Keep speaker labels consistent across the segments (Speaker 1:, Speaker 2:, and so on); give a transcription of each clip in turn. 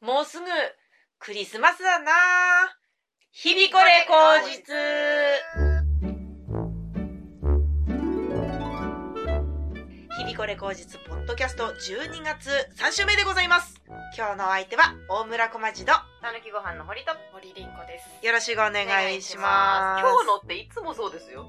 Speaker 1: もうすぐクリスマスだな日々これ口実日々これ口実ポッドキャスト12月3週目でございます今日のお相手は大村小町の
Speaker 2: たぬきご飯の堀と森凛子です。
Speaker 1: よろしくお願いします
Speaker 2: 今日のっていつもそうですよ。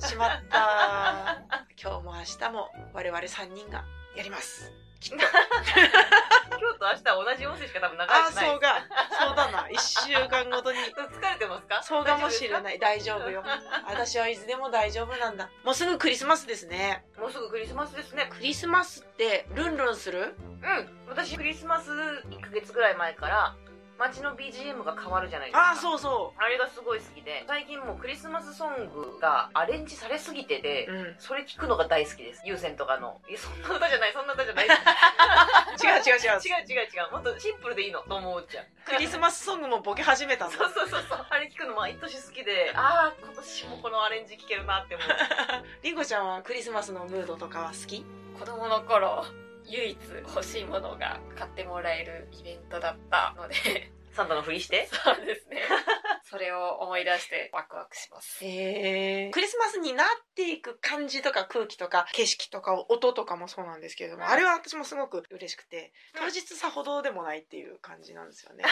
Speaker 1: しまった 今日も明日も我々3人がやりますきっと
Speaker 2: 今日と明日同じ音声しか多分流れてない。
Speaker 1: ああそうがそうだな一週間ごとに
Speaker 2: 疲れてますか？
Speaker 1: そうかもしれ
Speaker 2: い。
Speaker 1: ない大丈夫 よ私はいつでも大丈夫なんだもうすぐクリスマスですね
Speaker 2: もうすぐクリスマスですね。
Speaker 1: クリスマスってルンルンする
Speaker 2: うん。私クリスマス1ヶ月ぐらい前から街の BGM が変わるじゃないですか。
Speaker 1: ああそうそ
Speaker 2: あれがすごい好きで、最近もうクリスマスソングがアレンジされすぎてて
Speaker 1: う、うん違う違う
Speaker 2: それ聞くのが大好きです。優先とかの。いや、そんな歌じゃない、そんな歌じ ゃない。違う
Speaker 1: 違う
Speaker 2: 違う違う。もっとシンプルでいいのと思うじゃん。
Speaker 1: クリスマスソングもボケ始めたんだ
Speaker 2: そうそうそうそう。あれ聞くの毎年好きで、ああ、今年もこのアレンジ聞けるなって思う。
Speaker 1: りんごちゃんはクリスマスのムードとかは好き
Speaker 3: 子供の頃唯一欲しいものが買ってもらえるイベントだったので
Speaker 2: サンタのふり して
Speaker 3: そうですねそれを思い出してワクワクします
Speaker 1: えー、クリスマスになっていく感じとか空気とか景色とか音とかもそうなんですけれども、
Speaker 2: うん
Speaker 1: あれは私もすごく嬉しくて
Speaker 2: うん
Speaker 1: 当日さほどでもないっていう感じなんです よね、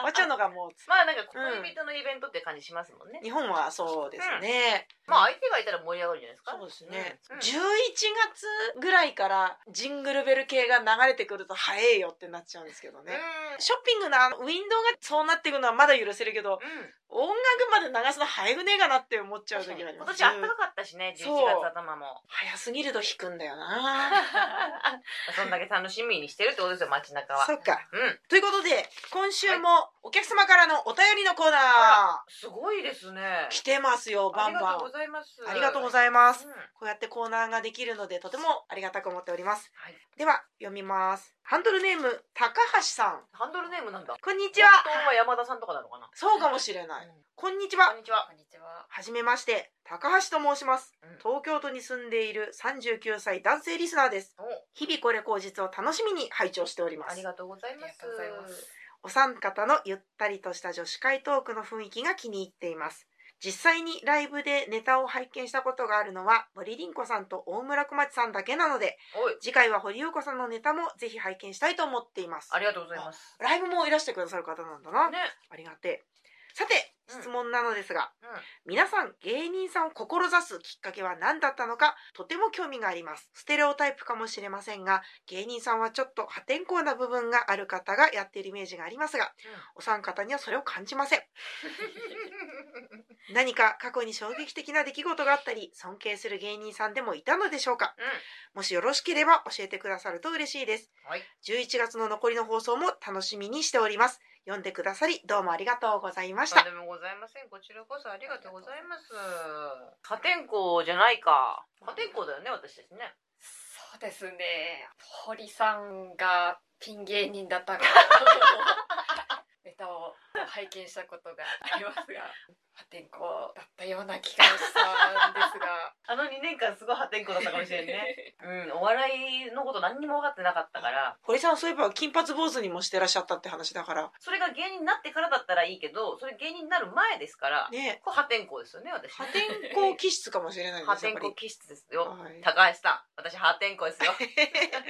Speaker 1: うん、わっちゃんのがもう
Speaker 2: まあなんか恋人のイベントって感じしますもんね。
Speaker 1: 日本はそうですね、
Speaker 2: まあ相手がいたら盛り上がるじゃないですか。
Speaker 1: そうですね、
Speaker 2: うん
Speaker 1: 11月ぐらいからジングルベル系が流れてくると早えよってなっちゃうんですけどね、
Speaker 2: う
Speaker 1: ショッピングのあのウィンドウがそうなっていくのはまだ許せるけど
Speaker 2: ん。うん。
Speaker 1: 音楽まで流すの早くねえかなって思っちゃう時があり
Speaker 2: 今
Speaker 1: ます
Speaker 2: 年あったかかったしね、11
Speaker 1: そう
Speaker 2: 月頭も。
Speaker 1: 早すぎると弾くんだよな
Speaker 2: そんだけ楽しみにしてるってことですよ、街中は。
Speaker 1: そっか
Speaker 2: うん。
Speaker 1: ということで今週もお客様からのお便りのコーナー、
Speaker 2: あすごいですね。
Speaker 1: 来てますよ
Speaker 2: あ
Speaker 1: バン
Speaker 2: りが
Speaker 1: バン
Speaker 2: とうございます。
Speaker 1: ありがとうご
Speaker 2: い
Speaker 1: ざいます
Speaker 2: うん
Speaker 1: こうやってコーナーができるのでとてもありがたく思っております
Speaker 2: はい。
Speaker 1: では読みますハンドルネーム高橋さん
Speaker 2: ハンドルネームなんだ。
Speaker 1: こんにち
Speaker 2: 一
Speaker 1: は
Speaker 2: 番は山田さんとかなのかな。
Speaker 1: そうかもしれない
Speaker 2: うん
Speaker 1: こんにち
Speaker 2: こ
Speaker 1: は
Speaker 2: んにちは。
Speaker 3: こんにちは
Speaker 1: はじめまして高橋と申します
Speaker 2: うん
Speaker 1: 東京都に住んでいる39歳男性リスナーです
Speaker 2: お
Speaker 1: 日々これ口実を楽しみに拝聴しておりま
Speaker 2: あ
Speaker 1: す
Speaker 2: りがとうございます。
Speaker 3: ありがとうございます
Speaker 1: お三方のゆったりとした女子会トークの雰囲気が気に入っています。実際にライブでネタを拝見したことがあるのは森凛子さんと大村小町さんだけなので、
Speaker 2: おい、
Speaker 1: 次回は堀優子さんのネタもぜひ拝見したいと思っています
Speaker 2: あ。りがとうございます。
Speaker 1: ライブもいらしてくださる方なんだな。
Speaker 2: ね。
Speaker 1: ありがてえ。さて、
Speaker 2: うん
Speaker 1: 質問なのですが、
Speaker 2: うん
Speaker 1: 皆さん芸人さんを志すきっかけは何だったのか、とても興味があります。ステレオタイプかもしれませんが、芸人さんはちょっと破天荒な部分がある方がやっているイメージがありますが、お三方にはそれを感じません。何か過去に衝撃的な出来事があったり、尊敬する芸人さんでもいたのでしょうか
Speaker 2: う
Speaker 1: もしよろしければ教えてくださると嬉しいです。
Speaker 2: ん。はい。
Speaker 1: 11月の残りの放送も楽しみにしております。読んでくださり、どうもありがとうございまし
Speaker 2: と
Speaker 1: た。
Speaker 2: んでもございません。こちらこそありがとうございます。破天荒じゃないか。破天荒だよね、私たちね。
Speaker 3: そうですね堀さんがピン芸人だっ たからネタを拝見したことがありますが破天荒だったような気がしたんですが
Speaker 2: あの2年間すごい破天荒だったかもしれん ね。うん、お笑いのこと何にも分かってなかったから、
Speaker 1: 堀さん、そういえば金髪坊主にもしてらっしゃったって話だから、
Speaker 2: それが芸人になってからだったらいいけど、それ芸人になる前ですから、
Speaker 1: ね、
Speaker 2: これ破天荒ですよね、私
Speaker 1: 破
Speaker 2: ね。
Speaker 1: 天荒気質かもしれないで
Speaker 2: 破
Speaker 1: すね。
Speaker 2: 天
Speaker 1: やっ
Speaker 2: 荒
Speaker 1: ぱ
Speaker 2: 気質ですよ。
Speaker 1: りはい
Speaker 2: 高橋さん、私破天荒ですよ。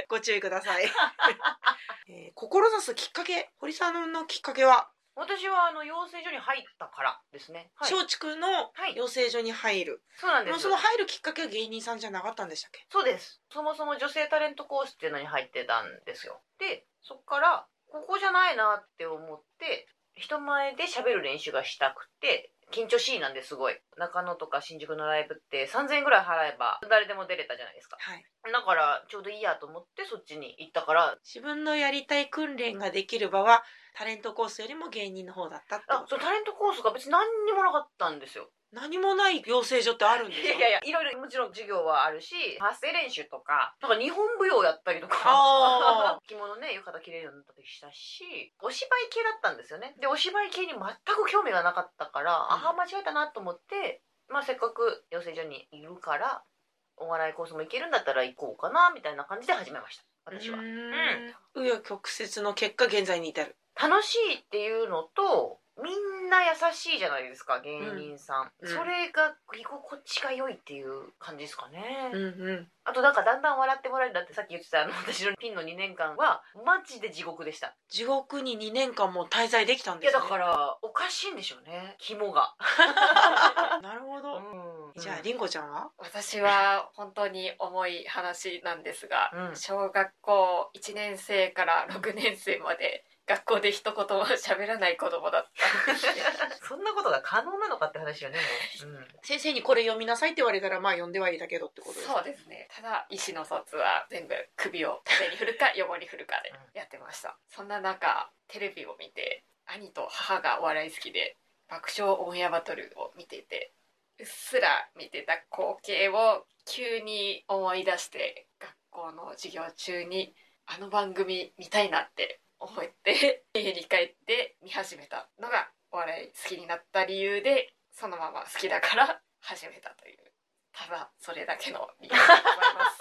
Speaker 1: ご注意ください。 えー志すきっかけ、堀さんのきっかけは、
Speaker 2: 私はあの養成所に入ったからですね。はい。
Speaker 1: 松竹の
Speaker 2: はい
Speaker 1: 養成所に入る、
Speaker 2: そうなん
Speaker 1: で
Speaker 2: で
Speaker 1: も
Speaker 2: す
Speaker 1: そ
Speaker 2: よ
Speaker 1: の。入るきっかけは芸人さんじゃなかったんでしたっけ
Speaker 2: そうです。そもそも女性タレントコースっていうのに入ってたんですよ。で、そっから、ここじゃないなって思って、人前で喋る練習がしたくて、緊張しいなんですごい。中野とか新宿のライブって3000円ぐらい払えば誰でも出れたじゃないですか。
Speaker 1: はい
Speaker 2: だからちょうどいいやと思ってそっちに行ったから、
Speaker 1: 自分のやりたい訓練ができる場はタレントコースよりも芸人の方だったってこ
Speaker 2: あ、
Speaker 1: と
Speaker 2: そのタレントコースが別に何にもなかったんですよ。
Speaker 1: 何もない養成所ってあるんです
Speaker 2: い
Speaker 1: か
Speaker 2: やいやいや、いろいろもちろん授業はあるし、発声練習とか、なんか日本舞踊やったりと
Speaker 1: あ
Speaker 2: か、着物ね、浴衣着れるようになったりしたし、お芝居系だったんですよね。で、お芝居系に全く興味がなかったから、ああ、間違えたなと思って、まあせっかく養成所にいるから、お笑いコースも行けるんだったら行こうかな、みたいな感じで始めました。私は
Speaker 3: う。ん
Speaker 1: 紆余曲折の結果現在に至る
Speaker 2: 楽しいっていうのとみんな優しいじゃないですか芸人さん、
Speaker 1: うん
Speaker 2: それが居心地が良いっていう感じですかね、
Speaker 1: うんうん
Speaker 2: あとなんかだんだん笑ってもらえるだってさっき言ってたあの 私のピンの2年間はマジで地獄でした
Speaker 1: 地獄に2年間も滞在できたん
Speaker 2: い
Speaker 1: で
Speaker 2: や
Speaker 1: す、ね、
Speaker 2: だからおかしいんでしょうね肝が、
Speaker 1: らなるほど、じゃありんごちゃんは
Speaker 3: 私は本当に重い話なんですが、
Speaker 2: うん
Speaker 3: 小学校1年生から6年生まで学校で一言も喋らない子供だったんですね
Speaker 2: そんなことが可能なのかって話よね、も
Speaker 1: 先生にこれ読みなさいって言われたらまあ読んではいたけどってことですか
Speaker 3: そうですねただ意思の疎通は全部首を縦に振るか横に振るかでやってましたそんな中テレビを見て兄と母がお笑い好きで爆笑オンエアバトルを見ていてうっすら見てた光景を急に思い出して学校の授業中にあの番組見たいなって思って 家に帰って見始めたのがお笑い好きになった理由でそのまま好きだから始めたというただそれだけの理由でございます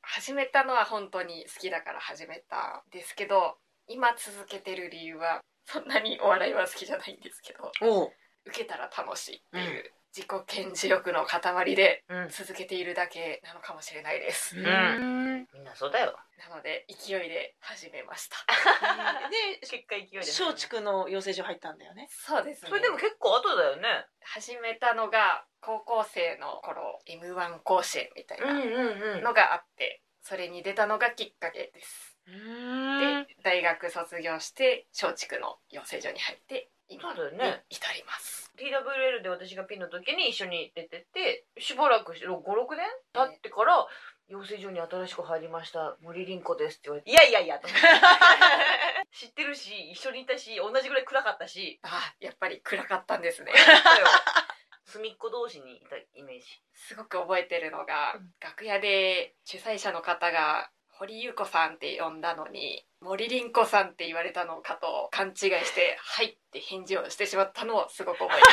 Speaker 3: 始めたのは本当に好きだから始めたんですけど今続けてる理由はそんなにお笑いは好きじゃないんですけど
Speaker 1: おう
Speaker 3: 受けたら楽しいっていう自己顕示欲の塊で
Speaker 2: うんうん
Speaker 3: 続けているだけなのかもしれないです
Speaker 1: うん
Speaker 2: みんなそうだよ
Speaker 3: なので勢いで始めました
Speaker 1: で
Speaker 2: 結果勢いで
Speaker 1: 松竹の養成所入ったんだよね
Speaker 3: そうですね
Speaker 2: それでも結構後だよね
Speaker 3: 始めたのが高校生の頃 m 1甲子園みたいな
Speaker 2: うんう
Speaker 3: のがあってそれに出たのがきっかけです
Speaker 1: うん
Speaker 3: で大学卒業して松竹の養成所に入って今
Speaker 2: そうだよ
Speaker 3: に
Speaker 2: ね
Speaker 3: 至ります、
Speaker 2: PWL で私がピンの時に一緒に出ててしばらく56年経ってから養成所に新しく入りました森凛子ですって言われていやいやいやと思って 知ってるし一緒にいたし同じぐらい暗かったし
Speaker 3: あやっぱり暗かったんですね
Speaker 2: 隅っこ同士にいたイメージ
Speaker 3: すごく覚えてるのが、
Speaker 2: うん
Speaker 3: 楽屋で主催者の方が堀優子さんって呼んだのに森凛子さんって言われたのかと勘違いして「はい」って返事をしてしまったのをすごく覚えて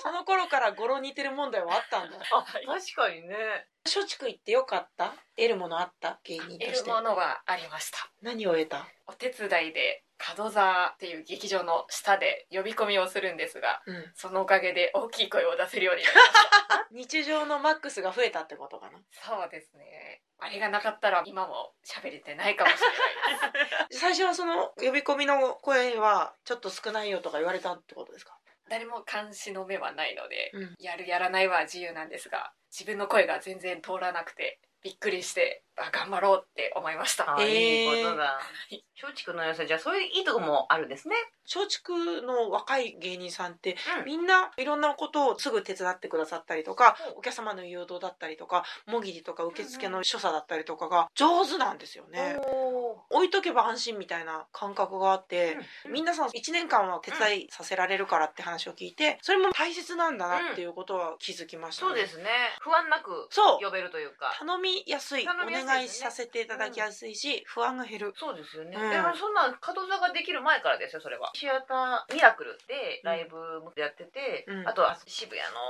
Speaker 1: その頃から語呂似てる問題はあったんだ
Speaker 2: あ確かにね
Speaker 1: 松竹行ってよかった得るものあった芸人
Speaker 3: い
Speaker 1: と
Speaker 3: る
Speaker 1: して
Speaker 3: ものはありました
Speaker 1: 何を得た
Speaker 3: お手伝いで角座っていう劇場の下で呼び込みをするんですが
Speaker 1: うん
Speaker 3: そのおかげで大きい声を出せるようになりました
Speaker 1: 日常のマックスが増えたってことかな
Speaker 3: そうですね。あれがなかったら今も喋れてないかもし れないです。
Speaker 1: 最初はその呼び込みの声はちょっと少ないよとか言われたってことですか
Speaker 3: 誰も監視の目はないので、
Speaker 1: うん
Speaker 3: やるやらないは自由なんですが、自分の声が全然通らなくて、びっくりして、あ、頑張ろうって思いました。
Speaker 2: あ
Speaker 1: へ
Speaker 2: い
Speaker 1: ー
Speaker 2: いことだ
Speaker 3: い
Speaker 2: 松竹の良さじゃあそういういいとこもあるんですね
Speaker 1: 松竹の若い芸人さんって
Speaker 2: うん
Speaker 1: みんないろんなことをすぐ手伝ってくださったりとか
Speaker 2: うん
Speaker 1: お客様の誘導だったりとかもぎりとか受付の所作だったりとかが上手なんですよね。
Speaker 2: おー
Speaker 1: 置いとけば安心みたいな感覚があって、
Speaker 2: うん
Speaker 1: みんなさん1年間は手伝いさせられるからって話を聞いてそれも大切なんだなっていうことは気づきましたね、
Speaker 2: そうですね不安なく
Speaker 1: そう
Speaker 2: 呼べるというか
Speaker 1: 頼みやすい
Speaker 2: 頼みやすいですね
Speaker 1: お願いさせていただきやすいし、不安が減る
Speaker 2: そうですよね、
Speaker 1: うん
Speaker 2: でもそんな門座ができる前からですよそれはシアターミラクルでライブもやってて、
Speaker 1: うん
Speaker 2: あとは渋谷の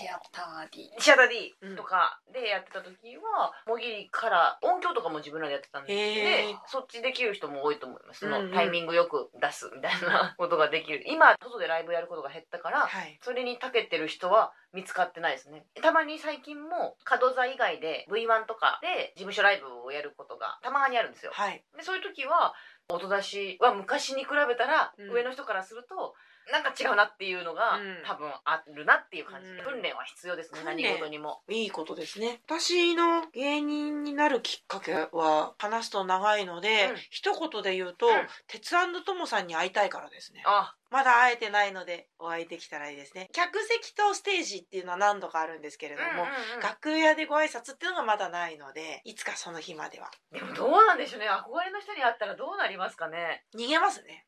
Speaker 3: シアター D。
Speaker 2: シアター D とかでやってた時はもぎりから音響とかも自分らでやってたんで
Speaker 1: へー
Speaker 2: そっちできる人も多いと思いますそ
Speaker 1: うんう
Speaker 2: の
Speaker 1: ん
Speaker 2: タイミングよく出すみたいなことができる 今外でライブやることが減ったから
Speaker 1: はい
Speaker 2: それに長けてる人は見つかってないですねたまに最近も角座以外で V1 とかで事務所ライブをやることがたまにあるんですよ
Speaker 1: はい
Speaker 2: でそういう時は音出しは昔に比べたら、
Speaker 1: うん
Speaker 2: 上の人からするとなんか違うなっていうのが、
Speaker 1: うん
Speaker 2: 多分あるなっていう感じ、
Speaker 1: うん
Speaker 2: 訓練は必要ですね
Speaker 1: 訓
Speaker 2: 何
Speaker 1: 練
Speaker 2: 事にも
Speaker 1: いいことですね私の芸人になるきっかけは話すと長いので、
Speaker 2: うん
Speaker 1: 一言で言うと、
Speaker 2: うん
Speaker 1: 鉄ともさんに会いたいからですね
Speaker 2: あ
Speaker 1: まだ会えてないのでお会いできたらいいですね客席とステージっていうのは何度かあるんですけれ
Speaker 2: で
Speaker 1: ど
Speaker 2: も
Speaker 1: も、、楽屋でご挨拶っていうのがまだないのでいつかその日までは
Speaker 2: でもどうなんでしょうね憧れの人に 会ったらどうなりますかね
Speaker 1: 逃げますね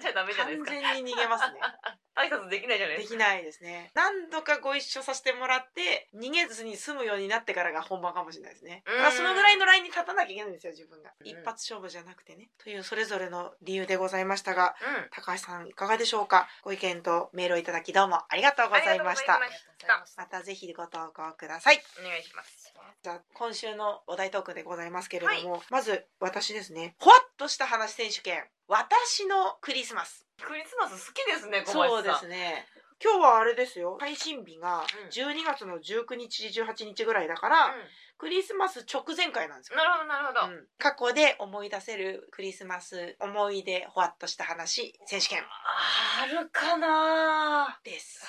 Speaker 2: じゃあダメじゃ
Speaker 1: 完
Speaker 2: ないですか
Speaker 1: 全に逃げますね
Speaker 2: 挨拶できないじゃないで
Speaker 1: です
Speaker 2: か
Speaker 1: きないですね何度かご一緒させてもらって逃げずに済むようになってからが本番かもしれないですね
Speaker 2: う
Speaker 1: だ
Speaker 2: ん
Speaker 1: からそのぐらいのラインに立たなきゃいけないんですよ自分が
Speaker 2: うん
Speaker 1: 一発勝負じゃなくてねというそれぞれの理由でございましたが
Speaker 2: うん
Speaker 1: 高橋さんいかがでしょうかご意見とメールをいただきどうもありがとうございました
Speaker 2: ありがとうございま
Speaker 3: りがとうございました
Speaker 1: またぜひご投稿ください
Speaker 2: お願いします
Speaker 1: じゃあ今週のお題トークでございますけれども、まず私ですねほわっとした話選手権私のクリスマス
Speaker 2: クリスマス好きですね小林さん
Speaker 1: そうですね今日はあれですよ配信日が12月の19日18日ぐらいだから、クリスマス直前回なんです
Speaker 2: うん
Speaker 1: よ、
Speaker 2: なるほどなるほど、
Speaker 1: うん過去で思い出せるクリスマス思い出ほわっとした話選手権
Speaker 2: あるかな
Speaker 1: です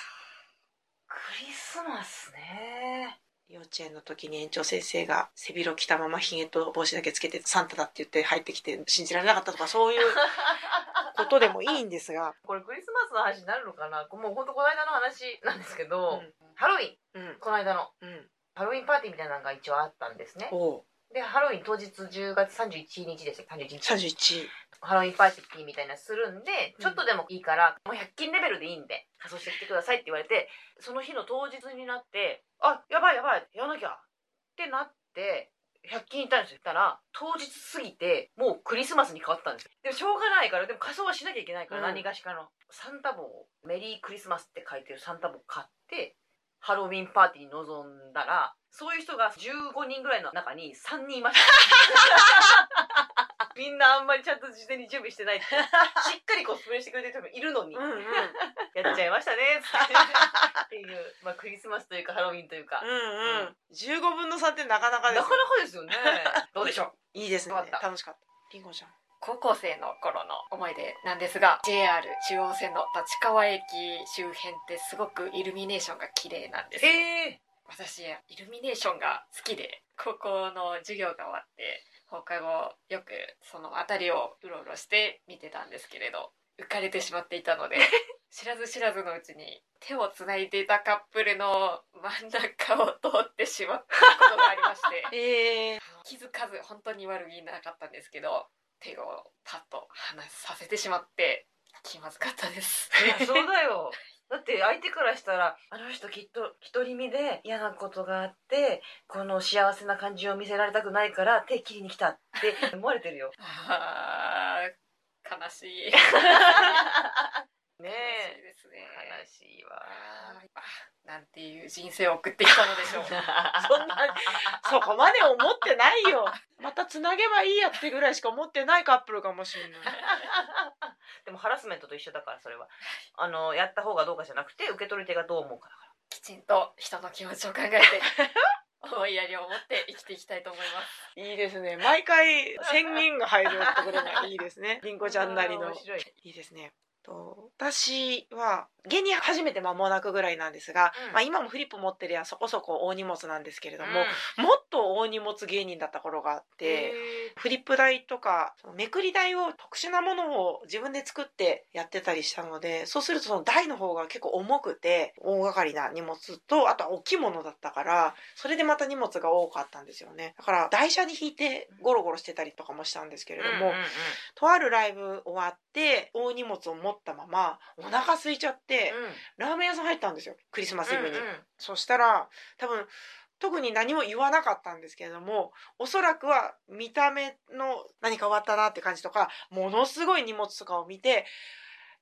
Speaker 2: クリスマスね
Speaker 1: 幼稚園の時に園長先生が背広着たままひげと帽子だけつけてサンタだって言って入ってきて信じられなかったとかそういう ことでもいいんですが、
Speaker 2: これクリスマスの話になるのかなもうほんとこの間の話なんですけ
Speaker 1: う
Speaker 2: ど、
Speaker 1: ん
Speaker 2: ハロウィン
Speaker 1: うん
Speaker 2: この間の
Speaker 1: うん、
Speaker 2: ハロウィンパーティーみたいなのが一応あったんですね
Speaker 1: おう
Speaker 2: でハロウィン当日10月31日でした31日
Speaker 1: 31
Speaker 2: ハロウィンパーティーみたいなのするんで、
Speaker 1: うん
Speaker 2: ちょっとでもいいからもう100均レベルでいいんで仮装してきてくださいって言われてその日の当日になってあやばいやばいやらなきゃってなって100均行ったんですよ行ったら当日過ぎてもうクリスマスに変わったんですよでもしょうがないからでも仮装はしなきゃいけないから、
Speaker 1: うん
Speaker 2: 何がしかのサンタ帽をメリークリスマスって書いてるサンタ帽買ってハロウィンパーティーに臨んだらそういう人が15人ぐらいの中に3人い ましたみんなあんまりちゃんと事前に準備してないっていうしっかりコスプレしてくれてる人もいるのに、
Speaker 1: うんうんうん
Speaker 2: やっちゃいましたねつってっていう、まあ、クリスマスというかハロウィンというか、
Speaker 1: うん15分の3ってなかなかですよ
Speaker 2: なかなかですよねどうでしょう
Speaker 1: いいですね
Speaker 2: よかった
Speaker 1: 楽しかったりんごちゃん
Speaker 3: 高校生の頃の思い出なんですが JR 中央線の立川駅周辺ってすごくイルミネーションが綺麗なんですよ
Speaker 2: ええ
Speaker 3: 私イルミネーションが好きで高校の授業が終わって放課後よくその辺りをうろうろして見てたんですけれど浮かれてしまっていた ので知らず知らずのうちに手をつないでいたカップルの真ん中を通ってしまったことがありまして
Speaker 1: ええ
Speaker 3: 気づかず本当に悪気なかったんですけど手をパッと離させてしまって気まずかったです。
Speaker 2: いやそうだよだって相手からしたらあの人きっと独り身で嫌なことがあってこの幸せな感じを見せられたくないから手切りに来たって思われてるよ
Speaker 3: あー悲しい。
Speaker 2: ね
Speaker 3: 悲しい
Speaker 2: え
Speaker 3: ですね。
Speaker 2: 悲しいわ
Speaker 3: あーなんていう人生を送ってきたのでしょう
Speaker 1: そんなそこまで思ってないよまたつなげばいいやってぐらいしか思ってないカップルかもしれない
Speaker 2: でもハラスメントと一緒だからそれはあのやった方がどうかじゃなくて受け取り手がどう思うかだか
Speaker 3: きちんと人の気持ちを考えて思いやりを持って生きていきたいと思います
Speaker 1: いいですね毎回宣言が入るところがいいです ねりん
Speaker 2: ら
Speaker 1: ごちゃんなりの
Speaker 2: 面白い、
Speaker 1: いいですね。と私は芸人初めて間もなくぐらいなんですが、
Speaker 2: うん
Speaker 1: まあ、今もフリップ持ってりゃそこそこ大荷物なんですけれども、
Speaker 2: う
Speaker 1: もっと大荷物芸人だった頃があっ
Speaker 2: んへ
Speaker 1: て。フリップ台とかそのめくり台を特殊なものを自分で作ってやってたりしたのでそうするとその台の方が結構重くて大掛かりな荷物とあとは大きいものだったからそれでまた荷物が多かったんですよねだから台車に引いてゴロゴロしてたりとかもしたんですけれど
Speaker 2: ー
Speaker 1: も、
Speaker 2: うんうんうん
Speaker 1: とあるライブ終わって大荷物を持ったままお腹空いちゃって、
Speaker 2: うん
Speaker 1: ラーメン屋さん入ったんですよクリスマスイブに、
Speaker 2: うんうん
Speaker 1: そしたら多分特に何も言わなかったんですけれどもおそらくは見た目の何か終わったなって感じとかものすごい荷物とかを見て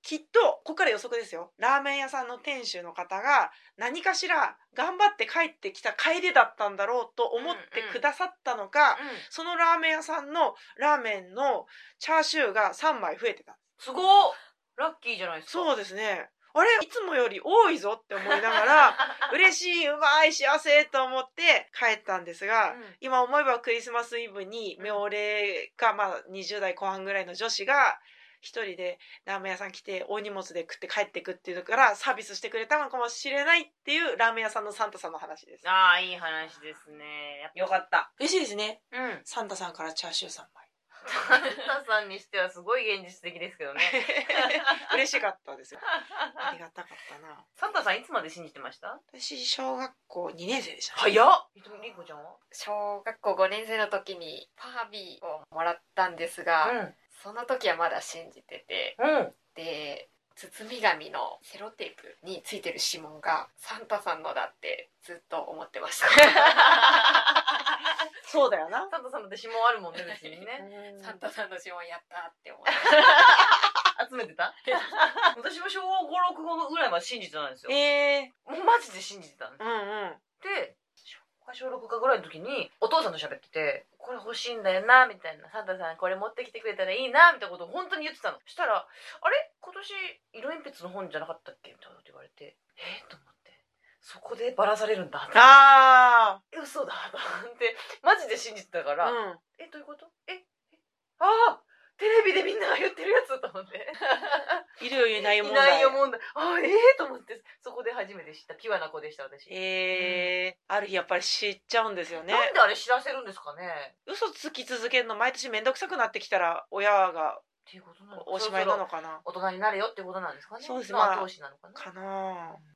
Speaker 1: きっとここから予測ですよラーメン屋さんの店主の方が何かしら頑張って帰ってきた帰りだったんだろうと思ってくださったのか、
Speaker 2: うん
Speaker 1: そのラーメン屋さんのラーメンのチャーシューが3枚増えてた。
Speaker 2: すごっラッキーじゃないですか
Speaker 1: そうですね。あれいつもより多いぞって思いながら、嬉しい、うまい、幸せと思って帰ったんですが、
Speaker 2: う
Speaker 1: 今思えばクリスマスイブに妙齢か、まあ、20代後半ぐらいの女子が一人でラーメン屋さん来て大荷物で食って帰ってくっていうのからサービスしてくれたのかもしれないっていうラーメン屋さんのサンタさんの話です
Speaker 2: ん、。ああいい話ですねよかった
Speaker 1: 嬉しいですね。
Speaker 2: うん
Speaker 1: サンタさんからチャーシュー3枚。
Speaker 2: サンタさんにしてはすごい現実的ですけどね
Speaker 1: 嬉しかったですよ。ありがたかったな。
Speaker 2: サンタさんいつまで信じてました
Speaker 1: 私小学校2年生でした、
Speaker 2: 早っ伊藤莉子ちゃんは
Speaker 3: 小学校5年生の時にパービーをもらったんですが、その時はまだ信じてて
Speaker 2: うんうん
Speaker 3: で包み紙のセロテープについてる指紋がサンタさんのだってずっと思ってました
Speaker 1: そうだよな。
Speaker 2: サンタさんだって指紋あるもんね別にね
Speaker 3: サンタさんの指紋やったって思って
Speaker 2: 集めてた 私も小56号ぐらいまで信じてたんですよ
Speaker 1: ええ
Speaker 2: もうマジで信じてたんで
Speaker 1: ー、うんうん。
Speaker 2: 小6かぐらいの時にお父さんと喋ってて「これ欲しいんだよな」みたいな「サンタさんこれ持ってきてくれたらいいな」みたいなことを本当に言ってたのそしたら「あれ今年色鉛筆の本じゃなかったっけ?」みたいなこと言われて「えっ?」と思ってそこでバラされるんだって
Speaker 1: あ
Speaker 2: え嘘だと思ってマジで信じてたか
Speaker 1: あ、
Speaker 2: ら「
Speaker 1: うん。
Speaker 2: えどういうことええああテレビでみんなが言ってるやつ」と思って。
Speaker 1: いるよ いないよ問
Speaker 2: い
Speaker 1: 題。
Speaker 2: ないよ問題あええと思ってそこで初めて知ったピュアな子でした私、
Speaker 1: ええー、ある日やっぱり知っちゃうんですよね。
Speaker 2: なんであれ知らせるんですかね
Speaker 1: 嘘つき続けるの毎年面倒くさくなってきたら親が
Speaker 2: っていうことなのか
Speaker 1: おおしまいな
Speaker 2: そろ
Speaker 1: のかな。
Speaker 2: そろ大人になれよっていうことなんですかね
Speaker 1: そうです
Speaker 2: まあ
Speaker 1: まあ
Speaker 2: 後押しなのかな
Speaker 1: かなあ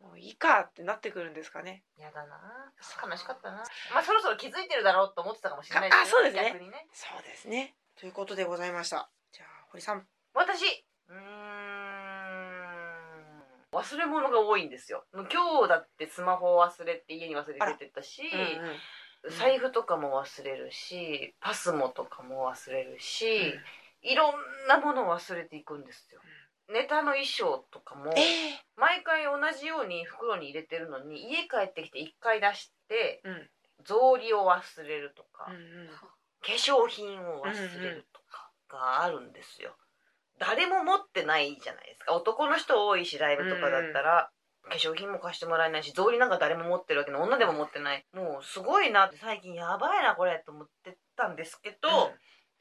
Speaker 1: もういいかってなってくるんですかね。
Speaker 2: やだな悲しかったなまあそろそろ気づいてるだろうと思ってたかもしれない
Speaker 1: あそうですね
Speaker 2: 逆にね
Speaker 1: そうですね。ということでございました。じゃあ堀さん。
Speaker 2: 私うーん忘れ物が多いんですよもう今日だってスマホを忘れて家に忘れて出てったし、
Speaker 1: うんうん
Speaker 2: 財布とかも忘れるしパスモとかも忘れるし、いろんなものを忘れていくんですよ、ネタの衣装とかも
Speaker 1: え
Speaker 2: 毎回同じように袋に入れてるのに家帰ってきて一回出して
Speaker 1: えうん
Speaker 2: 草履を忘れるとか、
Speaker 1: うん
Speaker 2: 化
Speaker 1: うん。
Speaker 2: 粧品を忘れるとかがあるんですよ、誰も持ってないじゃないですか男の人多いしライブとかだったら、化粧品も貸してもらえないし草履なんか誰も持ってるわけの女でも持ってないもうすごいなって最近やばいなこれと思ってたんですけど、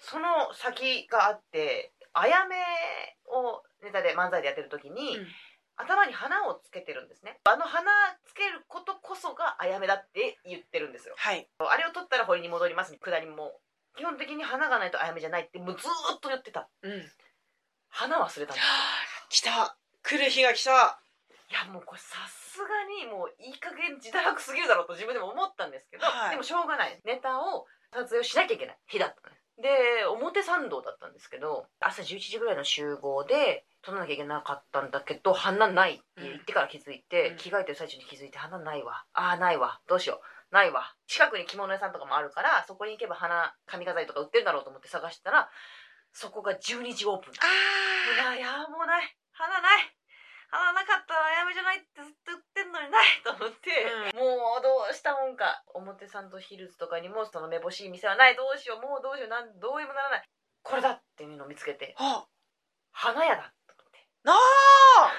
Speaker 2: その先があってあやめをネタで漫才でやってる時に、
Speaker 1: うん
Speaker 2: 頭に花をつけてるんですねあの花つけることこそがあやめだって言ってるんですよ
Speaker 1: はい。
Speaker 2: あれを取ったら堀に戻ります下りも基本的に花がないとあやめじゃないってもうずーっと言ってた
Speaker 1: うん。
Speaker 2: 花忘れたんです
Speaker 1: 来た来る日が来た
Speaker 2: いやもうこれさすがにもういい加減自堕落すぎるだろうと自分でも思ったんですけど、
Speaker 1: はい
Speaker 2: でもしょうがないネタを撮影をしなきゃいけない日だったのねで表参道だったんですけど朝11時ぐらいの集合で撮らなきゃいけなかったんだけど花ないって言ってから気づいて、
Speaker 1: うん
Speaker 2: 着替えてる最中に気づいて花ないわああないわどうしようないわ近くに着物屋さんとかもあるからそこに行けば花髪飾りとか売ってるだろうと思って探したらそこが12時オープンだった
Speaker 1: あ
Speaker 2: いやいやもうない花ない花なかったらやめじゃないってずっと言ってんのにないと 思って、もうどうしたもんか表参道ヒルズとかにもそのめぼしい店はないどうしようもうどうしようなんどうにもならないこれだっていうのを見つけて
Speaker 1: あ
Speaker 2: 花屋だと思って
Speaker 1: なあ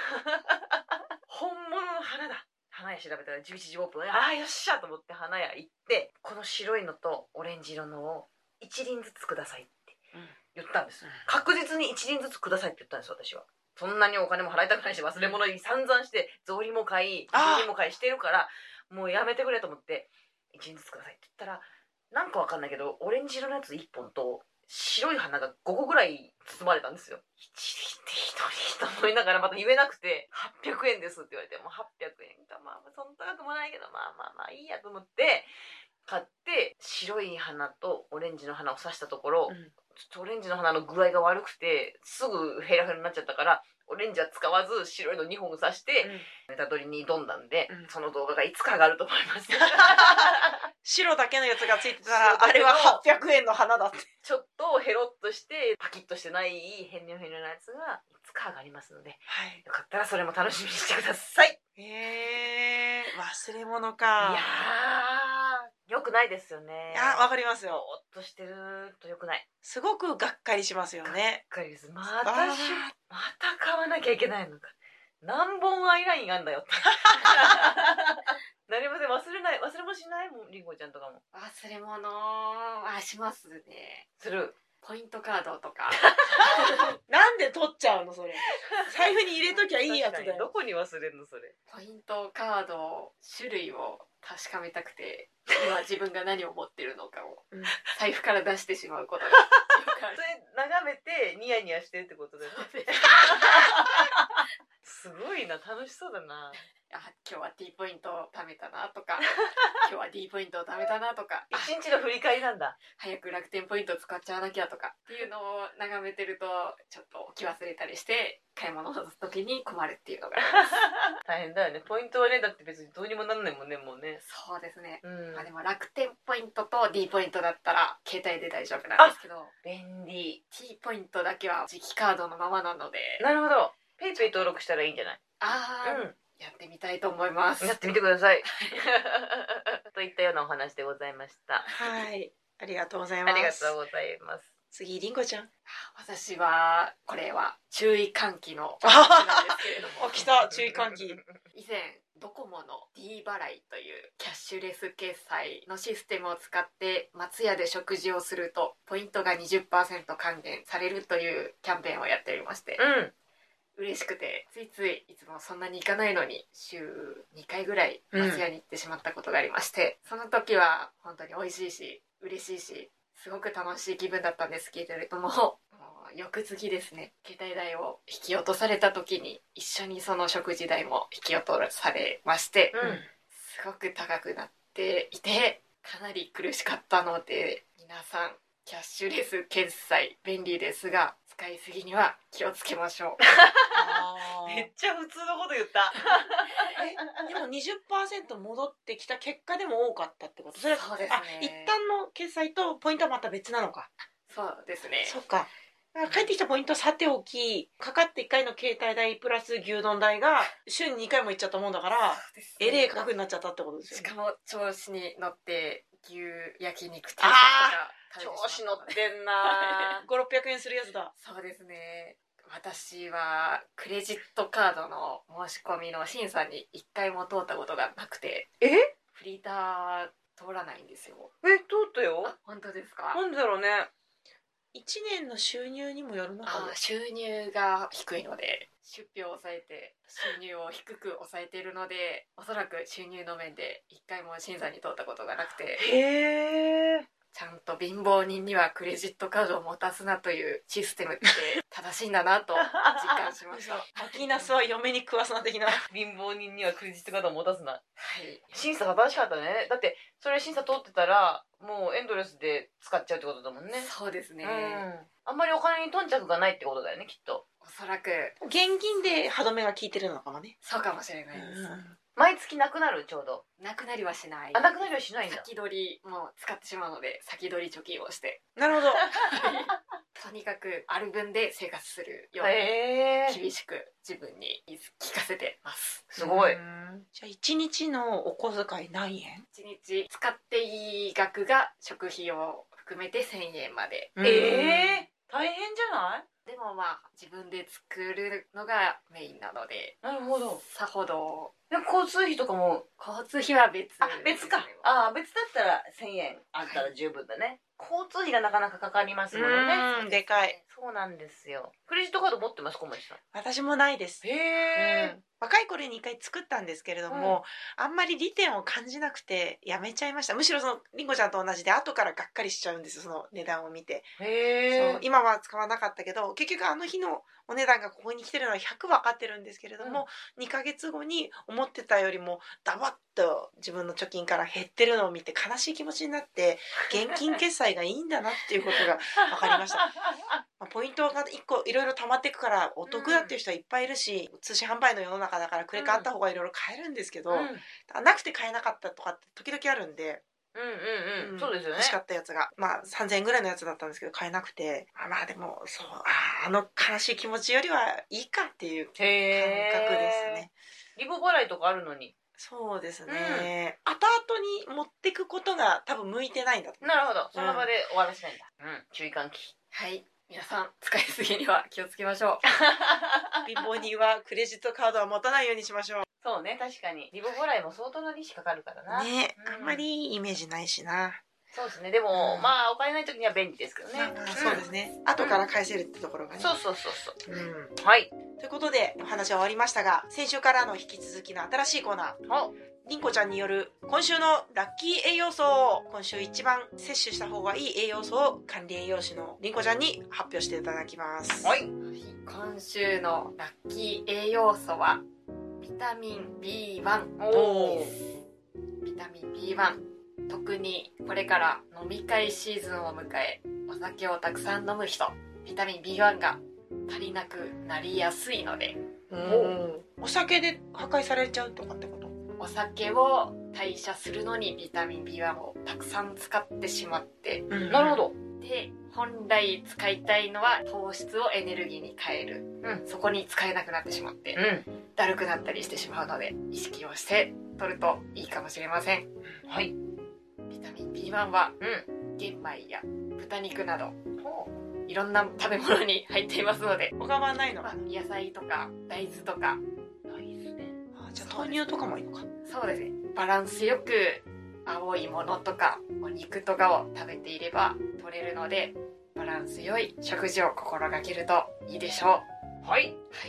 Speaker 2: 本物の花だ花屋調べたら11時オープンああよっしゃと思って花屋行ってこの白いのとオレンジ色のを一輪ずつくださいって言ったんです、確実に一輪ずつくださいって言ったんです私はそんなにお金も払いたくないし忘れ物に散々して草履も買い
Speaker 1: あー
Speaker 2: 自分も買いしてるからもうやめてくれと思って一輪ずつくださいって言ったらなんかわかんないけどオレンジ色のやつ1本と白い花が5個ぐらい包まれたんですよ一輪って一人と思いながらまた言えなくて800円ですって言われてもう800円かまあそんな高くもないけどまあまあまあいいやと思って買って白い花とオレンジの花を刺したところ、
Speaker 1: うん
Speaker 2: ちょっとオレンジの花の具合が悪くてすぐヘラヘラになっちゃったからオレンジは使わず白いの2本刺してネタ取りに挑んだんで、
Speaker 1: うん
Speaker 2: その動画がいつか上がると思います
Speaker 1: 白だけのやつがついてたら
Speaker 2: 白
Speaker 1: あ
Speaker 2: だけ
Speaker 1: れは800円
Speaker 2: の
Speaker 1: の花だって
Speaker 2: ちょっとヘロッとしてパキッとしてない変に変なやつがいつか上がりますので
Speaker 1: はい
Speaker 2: よかったらそれも楽しみにしてくださいい
Speaker 1: えー、忘れ物
Speaker 2: や
Speaker 1: か
Speaker 2: ーよくないですよね
Speaker 1: いやわかりますよ
Speaker 2: ぼーっとしてるとよくない
Speaker 1: すごくがっかりしますよね
Speaker 2: がっかりですま
Speaker 1: あ
Speaker 2: た
Speaker 1: ー
Speaker 2: しまた買わなきゃいけないのか何本アイラインあんだ よってなりません忘れない忘れもしないもんりんごちゃんとかも
Speaker 3: 忘れ物はしますね
Speaker 2: する
Speaker 3: ポイントカードとか
Speaker 1: なんで取っちゃうのそれ財布に入れときゃいいやつだ
Speaker 2: 確かにど
Speaker 1: よ
Speaker 2: こに忘れんのそれ
Speaker 3: ポイントカードを種類を確かめたく て今自分が何を持ってるのかを
Speaker 1: うん
Speaker 3: 財布から出してしま うことがよくあ
Speaker 2: そ
Speaker 3: る
Speaker 2: れ眺めてニヤニヤしてるってことだよねすごいな楽しそうだな
Speaker 3: あ今日は T ポイントを貯めたなとか今日は D ポイントを貯めたなとか
Speaker 2: 一日の振り返りなんだ
Speaker 3: 早く楽天ポイント使っちゃわなきゃとかっていうのを眺めてるとちょっと置き忘れたりして買い物を外す時に困るっていう のがあります
Speaker 2: 大変だよねポイントはねだって別にどうにもなんないもんねもうね
Speaker 3: そうですね
Speaker 2: うん
Speaker 3: まあでも楽天ポイントと D ポイントだったら携帯で大丈夫なんですけど
Speaker 2: 便利
Speaker 3: T ポイントだけは磁気カードのままなので
Speaker 2: なるほどペイペイ登録したらいいんじゃない
Speaker 3: あー、
Speaker 2: う
Speaker 3: やってみたいと思います
Speaker 2: んやってみてください といったようなお話でございました
Speaker 1: はい。ありがとうござい
Speaker 2: あ
Speaker 1: ます。
Speaker 2: りがとうございます
Speaker 1: 次、りんごちゃん。
Speaker 3: 私はこれは注意喚起 のお話な んですけれども
Speaker 1: 来た注意喚起
Speaker 3: 以前ドコモの D 払いというキャッシュレス決済のシステムを使って松屋で食事をするとポイントが20%還元されるというキャンペーンをやっておりまして
Speaker 2: うん
Speaker 3: 嬉しくてついついいつもそんなに行かないのに週2回ぐらい松屋に行ってしまったことがありまして、その時は本当に美味しいし嬉しいしすごく楽しい気分だったんですけれども もう翌月ですね携帯代を引き落とされた時に一緒にその食事代も引き落とされまして、
Speaker 2: うん
Speaker 3: すごく高くなっていてかなり苦しかったので皆さんキャッシュレス決済便利ですが使いすぎには気をつけましょう。
Speaker 2: めっちゃ普通のこと言った
Speaker 1: でも20%戻ってきた結果でも多かったってことそれは
Speaker 3: そうですね
Speaker 1: あ一旦の決済とポイントはまた別なのか
Speaker 3: そうですね。
Speaker 1: そっかだから帰ってきたポイントはさておきかかって1回の携帯代プラス牛丼代が週に2回も行っちゃったもんだからえれえ額になっちゃったってことですよ
Speaker 3: し
Speaker 1: ね
Speaker 3: かも調子に乗って牛焼肉定食と
Speaker 2: あ
Speaker 3: か
Speaker 2: 調
Speaker 3: 食べて
Speaker 2: 子
Speaker 3: し
Speaker 2: 乗
Speaker 3: ま
Speaker 2: っ
Speaker 3: ったので
Speaker 2: てんな
Speaker 1: 5600円するやつだ
Speaker 3: そうですね。私はクレジットカードの申し込みの審査に一回も通ったことがなくて、
Speaker 2: え
Speaker 3: フリーター通らないんですよ。
Speaker 2: え通ったよ
Speaker 3: 本当ですか？
Speaker 2: なんだろうね
Speaker 1: 1年の収入にもよるのか
Speaker 3: あ
Speaker 1: な
Speaker 3: 収入が低いので出費を抑えて収入を低く抑えているのでおそらく収入の面で一回も審査に通ったことがなくて
Speaker 2: へえ
Speaker 3: ちゃんと貧乏人にはクレジットカードを持たすなというシステムって正しいんだなと実感し ました。は、
Speaker 1: マキーナスは嫁に食わすな的な
Speaker 2: 貧乏人にはクレジットカードを持たすない審査が正しかったねだってそれ審査通ってたらもうエンドレスで使っちゃうってことだもんね
Speaker 3: そうですね、
Speaker 2: うんあんまりお金に頓着がないってことだよねきっと
Speaker 3: おそらく
Speaker 1: 現金で歯止めが効いてるのかもね、
Speaker 3: そうかもしれないです。
Speaker 2: 毎月なくなるちょうど
Speaker 3: なくなりはしない。
Speaker 2: あなくなりはしないんだ
Speaker 3: 先取りも使ってしまうので先取り貯金をして
Speaker 1: なるほど
Speaker 3: とにかくある分で生活するように
Speaker 2: へえ
Speaker 3: 厳しく自分に言い聞かせてます
Speaker 2: すごい
Speaker 1: うんじゃあ1日のお小遣い何円
Speaker 3: 一日使っていい額が食費を含めて1000円まで
Speaker 2: ええ大変じゃない
Speaker 3: でもまあ自分で作るのがメインなので
Speaker 2: なるほど
Speaker 3: さほど
Speaker 2: で交通費とかも
Speaker 3: 交通費は別
Speaker 2: あ別かあ別だったら1000円あったら十分だね、交通費がなかなかかかりますもんね
Speaker 1: うんでかい
Speaker 2: そうなんですよクレジットカード持ってます小町さん
Speaker 1: 私もないです、
Speaker 2: へ
Speaker 1: うん若い頃に一回作ったんですけれども、あんまり利点を感じなくてやめちゃいましたむしろそのりんごちゃんと同じで後からがっかりしちゃうんですよその値段を見て、
Speaker 2: へ
Speaker 1: そう今は使わなかったけど結局あの日のお値段がここに来てるのは100分かってるんですけれども、2ヶ月後に思ってたよりもダバッと自分の貯金から減ってるのを見て悲しい気持ちになって現金決済がいいんだなっていうことが分かり ましたまあ、ポイントが一個いろいろ溜まっていくからお得だっていう人はいっぱいいるし、通信販売の世の中だからクレカあった方がいろいろ買えるんですけど、
Speaker 2: うん、うん
Speaker 1: なくて買えなかったとかって時々あるんで、
Speaker 2: うんうん
Speaker 1: ん
Speaker 2: そうですよね
Speaker 1: 欲しかったやつがまあ3,000円ぐらいのやつだったんですけど買えなくてまあまあでもそうあーあの悲しい気持ちよりはいいかっていう
Speaker 2: へ
Speaker 1: 感
Speaker 2: え
Speaker 1: 覚ですね。
Speaker 2: リボ払いとかあるのに
Speaker 1: そうですね、後々に持ってくことが多分向いてないんだと思う
Speaker 2: なるほどその場で終わらせないんだ、うん注意喚 起
Speaker 3: はい皆さん使いすぎには気をつけましょう
Speaker 1: 貧乏人はクレジットカードは持たないようにしましょう
Speaker 2: そうね確かにリボ払いも相当な利子かかるからな、
Speaker 1: ね、
Speaker 2: うん
Speaker 1: あんまりいいイメージないしな
Speaker 2: そうですねでも、
Speaker 1: うん
Speaker 2: まあお金ない時には便利ですけどね、
Speaker 1: まあまあそうですね、後から返せるってところが
Speaker 2: うん
Speaker 1: ね
Speaker 2: そうそうそうそう
Speaker 1: うん
Speaker 2: はい
Speaker 1: ということでお話は終わりましたが先週からの引き続きの新しいコーナー
Speaker 2: お
Speaker 1: りんこちゃんによる今週のラッキー栄養素を今週一番摂取した方がいい栄養素を管理栄養士のりんこちゃんに発表していただきます
Speaker 2: はい
Speaker 3: 今週のラッキー栄養素はビタミン B1
Speaker 2: おー
Speaker 3: ビタミン B1 特にこれから飲み会シーズンを迎えお酒をたくさん飲む人ビタミン B1 が足りなくなりやすいので
Speaker 1: うんお酒で破壊されちゃうとかってこと
Speaker 3: お酒を代謝するのにビタミン B1 をたくさん使ってしまって
Speaker 2: なるほど
Speaker 3: で本来使いたいのは糖質をエネルギーに変える、
Speaker 2: う
Speaker 3: そこに使えなくなってしまって
Speaker 2: う
Speaker 3: だるくなったりしてしまうので意識をして取るといいかもしれません
Speaker 2: んはい
Speaker 3: ビタミン B1 は
Speaker 2: う
Speaker 3: 玄米や豚肉など
Speaker 2: んほ
Speaker 3: いろんな食べ物に入っていますので、
Speaker 1: 小川はないの
Speaker 3: まあ、野菜とか大豆とか
Speaker 2: う大豆ね
Speaker 1: あじゃあ豆乳とかもいいのか
Speaker 3: そうですねバランスよく青いものとかお肉とかを食べていれば取れるのでバランスよい食事を心がけるといいでしょう
Speaker 2: はい
Speaker 3: は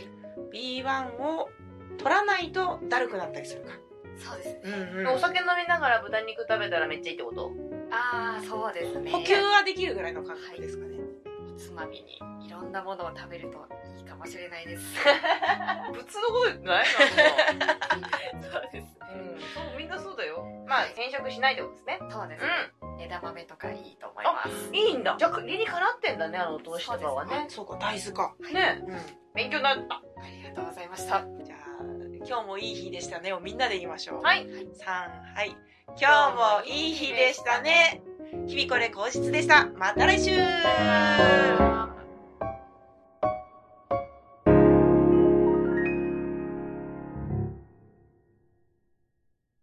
Speaker 3: い
Speaker 1: B1 を取らないとだるくなったりするか
Speaker 3: そうですね
Speaker 1: うん
Speaker 2: お酒飲みながら豚肉食べたらめっちゃいいってこと
Speaker 3: ああそうですね
Speaker 1: 補給はできるぐらいの感覚ですかね、
Speaker 3: おつまみにいろんなものを食べるといいかもしれないです
Speaker 2: 物のこと ない
Speaker 3: そうですね
Speaker 2: うん、そうみんなそうだよまあ転職しないってことですね
Speaker 3: そうですね、
Speaker 2: う
Speaker 3: 枝豆とかいいと思います
Speaker 2: んいいんだじゃあ理にかなってんだねあの投資とかはね
Speaker 1: あそうか大豆か、
Speaker 2: ね
Speaker 1: う
Speaker 2: 勉強になった
Speaker 3: ありがとうございました
Speaker 1: ん、じゃあ今日もいい日でしたねをみんなで言いましょう
Speaker 2: はい
Speaker 1: 三はい今日もいい日でしたね日々これ口実でしたまた来週
Speaker 2: あー